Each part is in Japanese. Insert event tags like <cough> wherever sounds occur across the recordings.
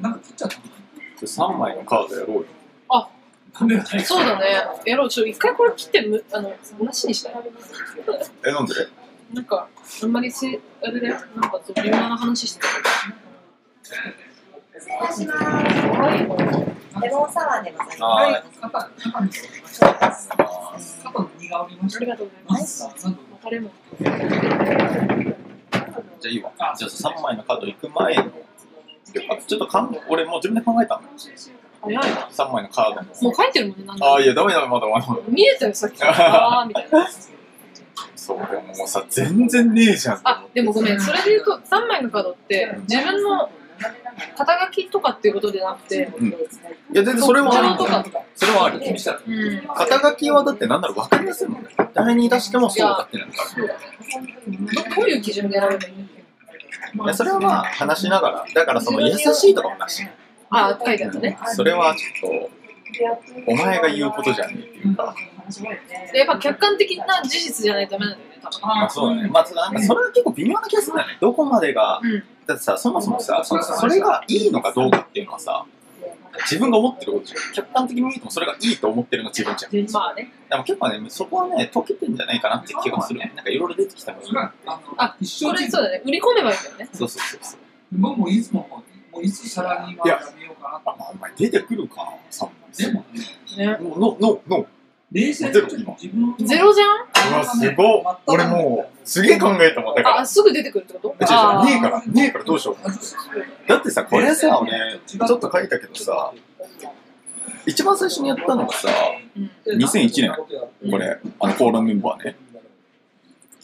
なんか切っちゃったの3枚のカードやろうよ。なんでやないそうだね。やろう。ちょ、一回これ切ってむ、あの、なしにしたい。え、なんでなんか、あんまりせ、あれで、なんか、そう微妙な話して失礼します。た。はい。レモンサワーでございます。あはい、肩、肩に、肩あの荷が下りましたあよ。りがとうございます。なんか別れも。じゃあいいわ。じゃあさ3枚のカード行く前の。ちょっとかん俺もう自分で考えたのよ。早いな。 3枚のカードも。もう書いてるもんね、なんああ、か。いや、ダメだ、まだまだまだ。見えたよ、さっきから。あーみたいな。そう、でももうさ、全然ねえじゃん。あ、でもごめん。それで言うと、3枚のカードって、自分の肩書きとかっていうことでなくて、いや、全然それもあ特徴とる。か。それもある。気にしたらうん。肩書きはだってなんなら分かりやすいもんね。誰に出してもそうだってなんだから。どどういう基準で選べばいいのいやそれはまあ話しながら、だからその優しいとかもなし。あ、書いてあったね。それはちょっと、お前が言うことじゃねえっていうか。でやっぱ客観的な事実じゃないとダメなんだよね、多分。まあそうだね。まあ、なんかそれは結構微妙な気がするんだよね。どこまでが、うんだってさ、そもそもさ、そそれがいいのかどうかっていうのはさ、自分が思ってることじゃん。客観的に見てもそれがいいと思ってるの自分じゃん。でまあね。も結構ね、そこはね、解けてんじゃないかなって気がする。なんかいろいろ出てきたのに。それは、あの、あ一こ生れ人そうだね。売り込めばいいんだよね。そうそうそうそう。僕もいつも、もういつサラリーマンやめようかあ、まあ、お前出てくるかな、3な。でも、ね。もう、ノー、ノー、ノ冷静にちょっと自分ゼロじゃんー。うわ、すごっ。俺もう、すげえ考えたもん。だからあ、、すぐ出てくるってこと違うあ違う、ねえから、ねえからどうしよう。だってさ、これさ、俺、ちょっと書いたけどさ、一番最初にやったのがさ、うん2001年これ、あの、コーラメンバーね。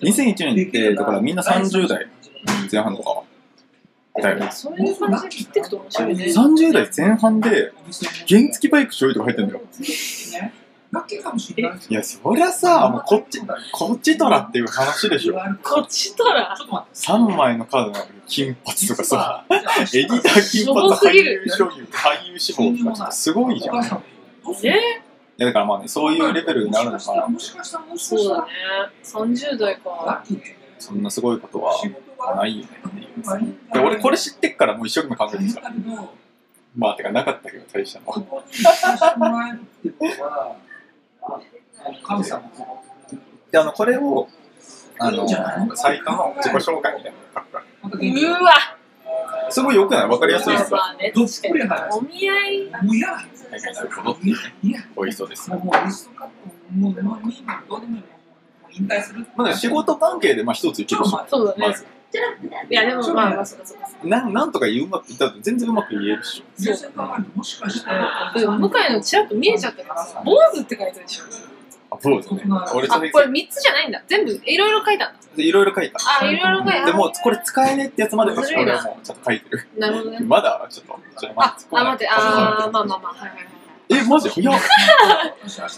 2001年って、だからみんな30代前半とか、だよね。そういう感じで切っていくと面白いね。 30代前半で、原付バイクちょいとか入ってんだよ。ラッキーかもしれない。いや、そりゃさ、もうこっち、こっちとらっていう話でしょ。こっちとらちょっと待3枚のカードなのに金髪とかさ、エディター金しょぼ髪、す俳ぎる優女優、俳優志望とか、ちょっとすごいじゃん。いって。えや、だからまあね、そういうレベルになるのかな。もしかしたら、もしかそうしただらね。30代ラか。ッキーねそんなすごいことは仕事まあがないよねっていうさ。で俺これ知ってっからもう一生懸命考えてた。まあてかなかったけど大したのは。神様であのこれをあいいんのじゃないサイトの自己紹介みたいなの書くかうわら。すごい良くないわかりやすいですわ。まあね、どっ確ぷかにり入るお見合い、もう嫌だはいはいなるほど。いやおいしそうです。もうもうリストカップもうもうどうでもいいもう引退するまあ仕事関係でまあ一つ言ってほしい。そうだまねず。いや、でもまあまあ、そうかそうか。なんなんとか言うまくだって全然うまく言えるっしょ。優先考えるともしかしてでも向井のちらっと見えちゃったからさ、坊主って書いてるでしょ。あそうですね。俺あ、そこれれ3つじゃないんだ。全部いろいろ書いたんだ。いろいろ書いた。あ、いろいろ書いた。でもこれ使えねえってやつまでずるい俺なはもうちょっと書いてる。なるほどね。まだちょっとちょっとあ、あ、待って、ああー、まあまあまあ、はいはいはい。えマジ早っ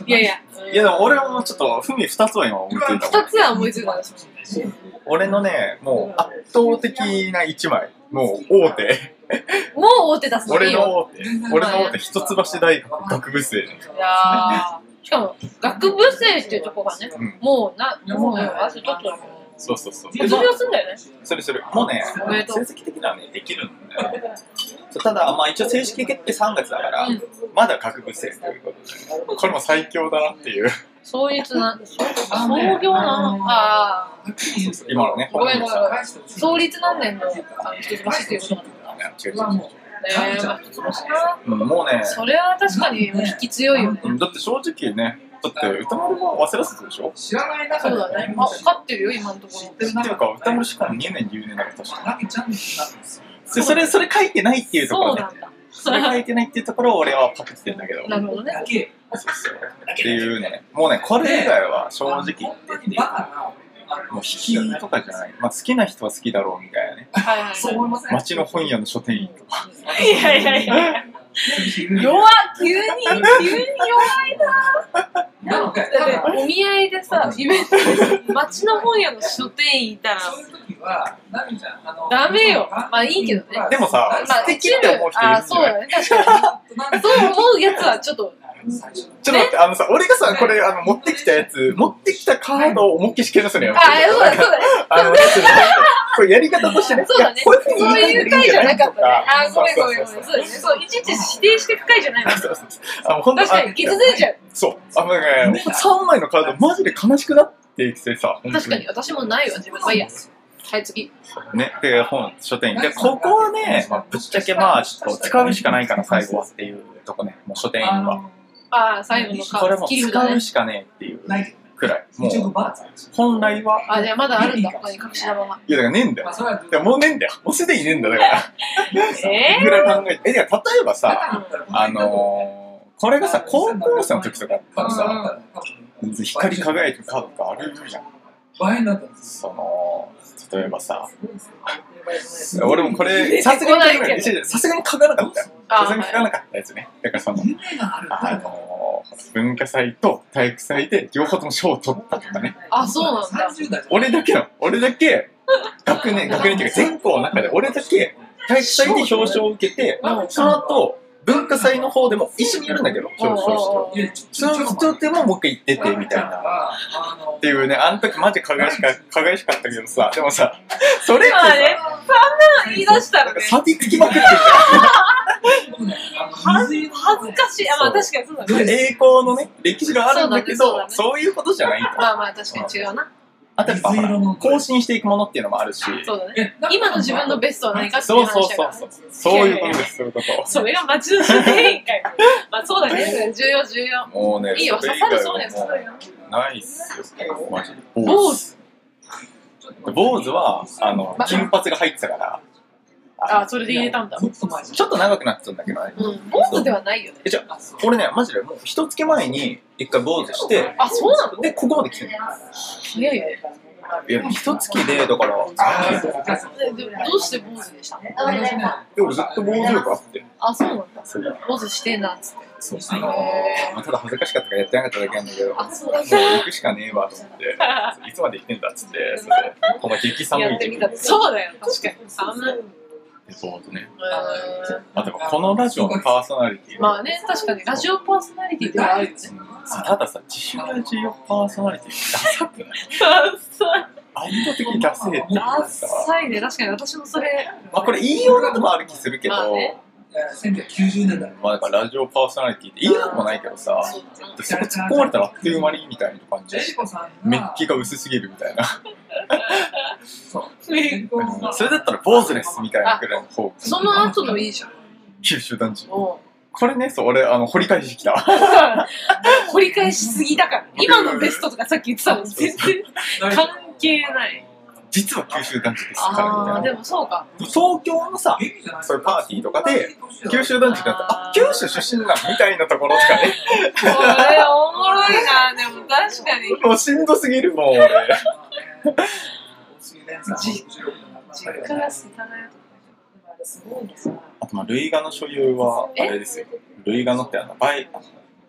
いやいや、いやでも俺はもうちょっと、ふみ二つは今思いついた2つは思いついたんですもんね。俺のね、もう圧倒的な一枚。もう大手。もう大手出すのい俺いよ。の大手。俺の大手、一橋大学学部生。いやー、しかも、学部生っていうとこがね、うん。もうな、もうあとちょっとだもんね。そうそうそう。卒業すんだよね。それそれ。もうね、おめでと成う。績的にはね、できるんだよ。そうただ、まあ一応正式決定3月だからうん、まだ学部生ということで。これも最強だなっていう。そういうつな、そう創業の、あー、今のね、ごめんごめんごめん。創立立何年の、あの、一橋っていうことなんだ。違う違う違うねえ、まあ、一橋な。うんもうね、それは確かに引き強いよね。うんだって正直ね、だって歌丸も忘れてたでしょ知らない中でそうだね。あ、分かってるよ、今のとこ知っろ。てるってい中うか、歌丸しか2年留年だから確かラケちゃんになるんですよでそれ、それ書いてないっていうところそうね。なんだ。 <laughs> それ書いてないっていうところを俺はパクって <laughs> んだけど。なるほどね。だけそうそうっていうね。もうね、これ以外は正直言って本当にバカなもう引きとかじゃない。まあ好きな人は好きだろうみたいなね。はいはい。そう思いません街の本屋の書店員とか。いやいやいや。弱っ急に急に弱いなだってお見合いでさ、イベントで町の本屋の書店員いたら、そういう時は、ナミちゃん、あの、ダメよまあいいけどねでもさまあ、素敵って思う人いるんじゃないあーそうだね、確かに。 <laughs> そう思うやつはちょっと、ちょっと待って、あのさ、俺がさ、これ、あの、持ってきたやつ、持ってきたカードを思いっきり消すのよ。あー、そうだ、そうだね。あの、ちょっと待ってこれやり方としてね、そうだねいやこういうふうにそう言いう感回じゃなかったね。あー、そごうめんごめんそうごそうんめ。そうですね。そう、いちいち指定していく回じゃないの。そうそうそうあの、本当確かに、傷ついちゃう。そう。あのね、3枚のカード、マジで悲しくなってきてさ、本当確かに、私もないわ、自分。まあいいや。はい、次。ね、で、本、書店員。で、ここはね、まあ、ぶっちゃけまあ、ちょっと使うしかないから、最後はっていうとこね、もう書店員は。あー、最後のカこれーもド、う切り札だ使ねう。しかねえっていうくらい。もう、本本来来は、あー、じゃあまだあるんだ、他に隠し玉が。いや、だからねえんだよ。いや、もうねえんだよ。もうすでにねえんだよ、だから。えぐらい考えて。え、じゃ例えばさ、ああののー、これがさ、高校生の時とかだったらさ、光光りり輝輝いいててカカーードドととかかああるるじじゃゃんん。倍になったんですその、例えばさ、すごい俺もこれ、さすがに書かなかった、さすがに書かなかったよ。あさーすがに書かはいなかったやつね。だからその、夢があるあのー、文化祭と体育祭で両方とも賞を取ったとかね。あ、そうなんだ。 30代俺だけの、俺だけ、学 <laughs> 年、学年っていうか全校の中で俺だけ、体育祭で表彰を受けて、その後、文化祭の方でも一緒にやるんだけど、表彰して。おーおーおーその人でももう一回行ってて、みたいな。なっていうね、あの時マジ輝しか、輝しかったけどさ、でもさ、それってまあねさ、、そんなん言い出したならんかね。サビつきまくってる恥恥ずかしい。あ、まあ確かにそうだじゃん。ね。栄光のね、歴史があるんだけそうどだ、ねそうそういうことじゃないと。まあまあ確かに違うな。あとやっぱほら、更新していくものっていうのもあるし、そうだね。今の自分のベストは何かっていそううそう話だかそらう。そう、そういうことです、そういうこそれが町の書店員会。まあそうだね。 <laughs> 重要重要。と。もうね、いいよ、そ刺れ以さ外るはそうです。もうないっすよ、マジで。坊主。坊主は、あの、金髪が入ってたから、あ、それで入れたんだ。ちょっと長くなってたんだけどね。うん。坊主ではないよね。俺ね、マジでもう、一月前に一回坊主して、あ、そうなので、ここまで来てる。早いね。いや、一月で、だから、ででもどうして坊主でしたのでもずっと坊主力あって。あ、そうなんだ。そうだ。坊主してんなっつって。そうそうまあ、ただ恥ずかしかったからやってなかっただけなんだけど、もあ、そうなんだ。う行くしかねえわと思 <laughs> って、いつまで行ってんだっつって、それで、お前激寒やいってみ時たって。そうだよ。確かに。あんな。うそうね。ん。あと、このラジオのパーソナリティ、まあね、確かにラジオパーソナリティってのはあるよね。たださ、自主ラジオパーソナリティダサくないダサあんな的にダセえってい。ダさ、サいね。確かに私もそれ。まあこれ言いようなともある気するけど、まあね1990年代まあだからラジオパーソナリティって言いようでもないけどさ、そうでそこ突っ込まれたらあっという間にみたいな感じジェリコさんメッキが薄すぎるみたいな。ねそれだったら坊主ですみたいなくらいの方がその後のいいじゃん。九州男児。もこれね、そう、俺、あの、掘り返してきた。う。 <laughs> 掘り返しすぎだ <laughs> から。今のベストとかさっき言ってたのに全然関係ない。実は九州男児ですから、みああ、たでいもそうか。な。東京のさ、そういうパーティーとかで、九州男児だったら、あ、九州出身なみたいなところとかね。これおもろいな。でも確かに。もうしんどすぎるもん、俺。実家が世田谷とか。すごいですね。あと、まあ、類画の所有は、あえれですよ。類画のって、あの、バイ、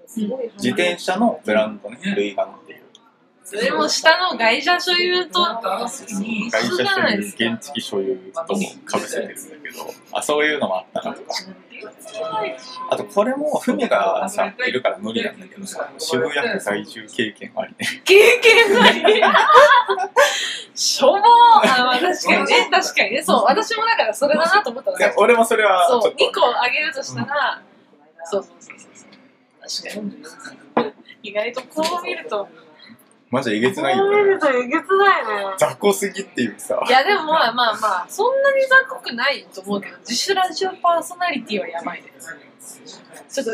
すごい話自転車のブランドね、類画のっていう。それも下の外車所有と会一会緒じ社ゃ所ない有、ですか。現地所有とかぶせてるんだけど、あ、そういうのもあったなとか。あと、これも、船がさ、いるから無理なんだけどさ、渋谷区在住経験ありね。経験 <laughs> ない。しょぼーあ、まあ確かにね、確かにね。そう、私もだからそれだなと思ったの。いや俺もそれは、ちょそっう、と。 2個あげるとしたら、そうそうそうそう。確かに。意外とこう見ると、こマジえげつないよう見ね。るとえげつないね。雑魚すぎっていうさ。いやでもまあまあまあ、そんなに雑魚くないと思うけど、自主ラジオパーソナリティはやばいね。ちょっと、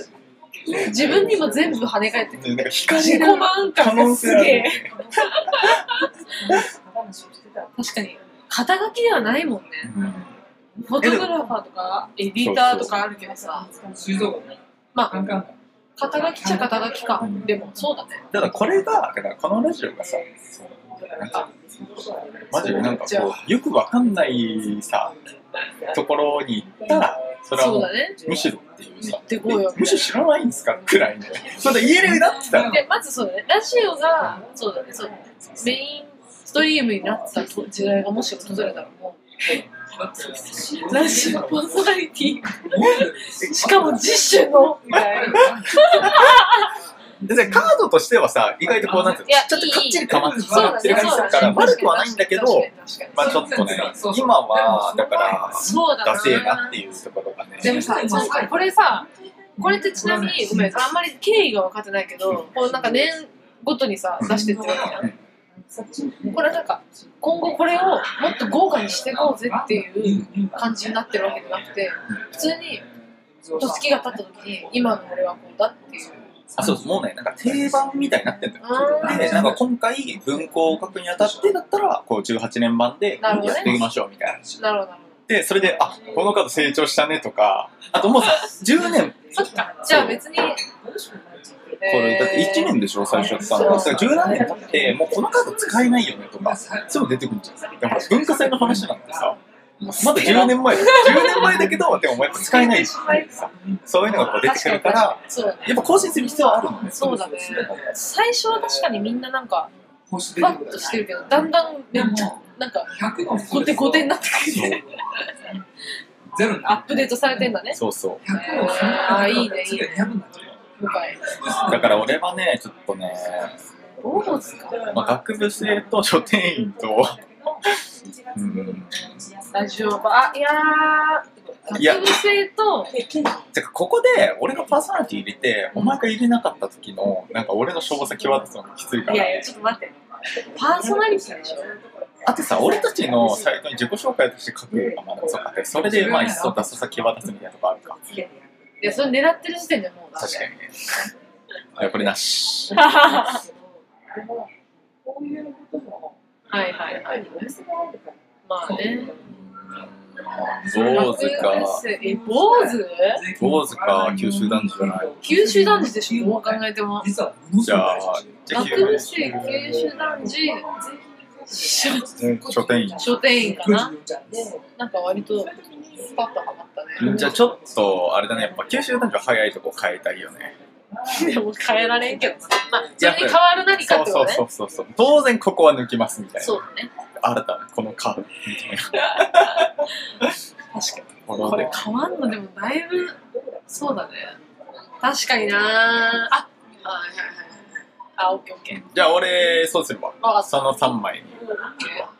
自分にも全部跳ね返ってくる。なんか光自己の満可感能がす性あげるえ。。確かに肩書きではないもんねうんフォトグラファーとかエディターとかあるけどさ水道まあカンカン肩書きっちゃ肩書きかうんでもそうだねただこれが、だからこのラジオがさ、なんか、マジでなんかこう、よくわかんないさ、ところに行ったら、それはそもううだねむしろっていうさてこうよえむしろ知らないんですかくらいのまだ家でなってたらでまずそうだねラジオがそうだねそうだねメインストリームになってた時代がもし訪れたらもうラジオパーソナリティしかも実習のみたいなででカードとしてはさ意外とこうなんていういやのちょっとかっちりかまってしそうまだってねる感じだから悪くはないんだけど確かに確かにまあちょっとね今はだからそうだなダセえなっていうところがねでもさ、なんかこれさ、これってちなみに、ごめん、あんまり経緯が分かってないけど、こうなんか年ごとにさ、出してってるわけじゃん。これなんか、今後これをもっと豪華にしていこうぜっていう感じになってるわけじゃなくて、普通に、月が経った時に、今の俺はこうだっていう。あそうそうもうねなんか定番みたいになってんだよあでなんか今回文庫を書くにあたってだったらこう18年版でなやるほどねっていきましょうみたいなーなるほど、なるほでそれであこの方成長したねとかあともうさ10年ど。そっか、じゃあ別に、これだって1年でしょ最初ってさだから17年経ってもうこのカード使えないよねとかそういうの出てくるんじゃんだから文化祭の話なんてさまだ10年前だ10年前だけどでもやっぱ使えないしさそういうのがこう出てくるからそうだね。やっぱ更新する必要はあるのねそうだね。最初は確かにみんななんか、ふふわっとしてるけど、だんだんめっちゃ、なんか、 100の後手後手になってくそうる。ゼロにアップデートされてんだね。そうそう100のあーいいねいいね200になっちゃう今回。だから俺はねちょっとね、どうですかまあ、学部生と書店員とうんラジオば、あ、いやー、いや学部生と、てかここで俺がパーソナリティ入れてお前が入れなかった時のなんか俺のしょぼさ際立つのがきついかいらやいや、ちょっと待って。パーソナリティでしょあとさ、俺たちのサイトに自己紹介として書くあまだそうかって、それでまあ、いっそ出ささ際立つみたいなとこあるか。いや、それ狙ってる時点でもうだ確かにね。いや、これなし。でも、こういうことも、はいはいやっはぱい。りお店があるから、まあね。坊主学部か、生え、坊主坊主か、九州男児じゃない。九州男児でしょどう考えても。実はものすじごいゃあ大事、じゃあ、学部生、九州男児、書うん書店員。書店員かなで、なんか割と、スパッとハマったね。じゃあ、ちょっと、あれだね、やっぱ九州男児は早いとこ変えたいよね。でも変えられんけどな。まあ、それに変わる何かそっうてそうことね。そうそうそう。当然ここは抜きますみたいな。そうだね。新たなこのカードみたいな <laughs> 確かに。ところこでれ。変わんのでもだいぶ、そうだね。確かになあ、はいはいはいはい。あ、オッケーオッケー。じゃあ、俺、そうすれば、あ、その3枚にオッケー。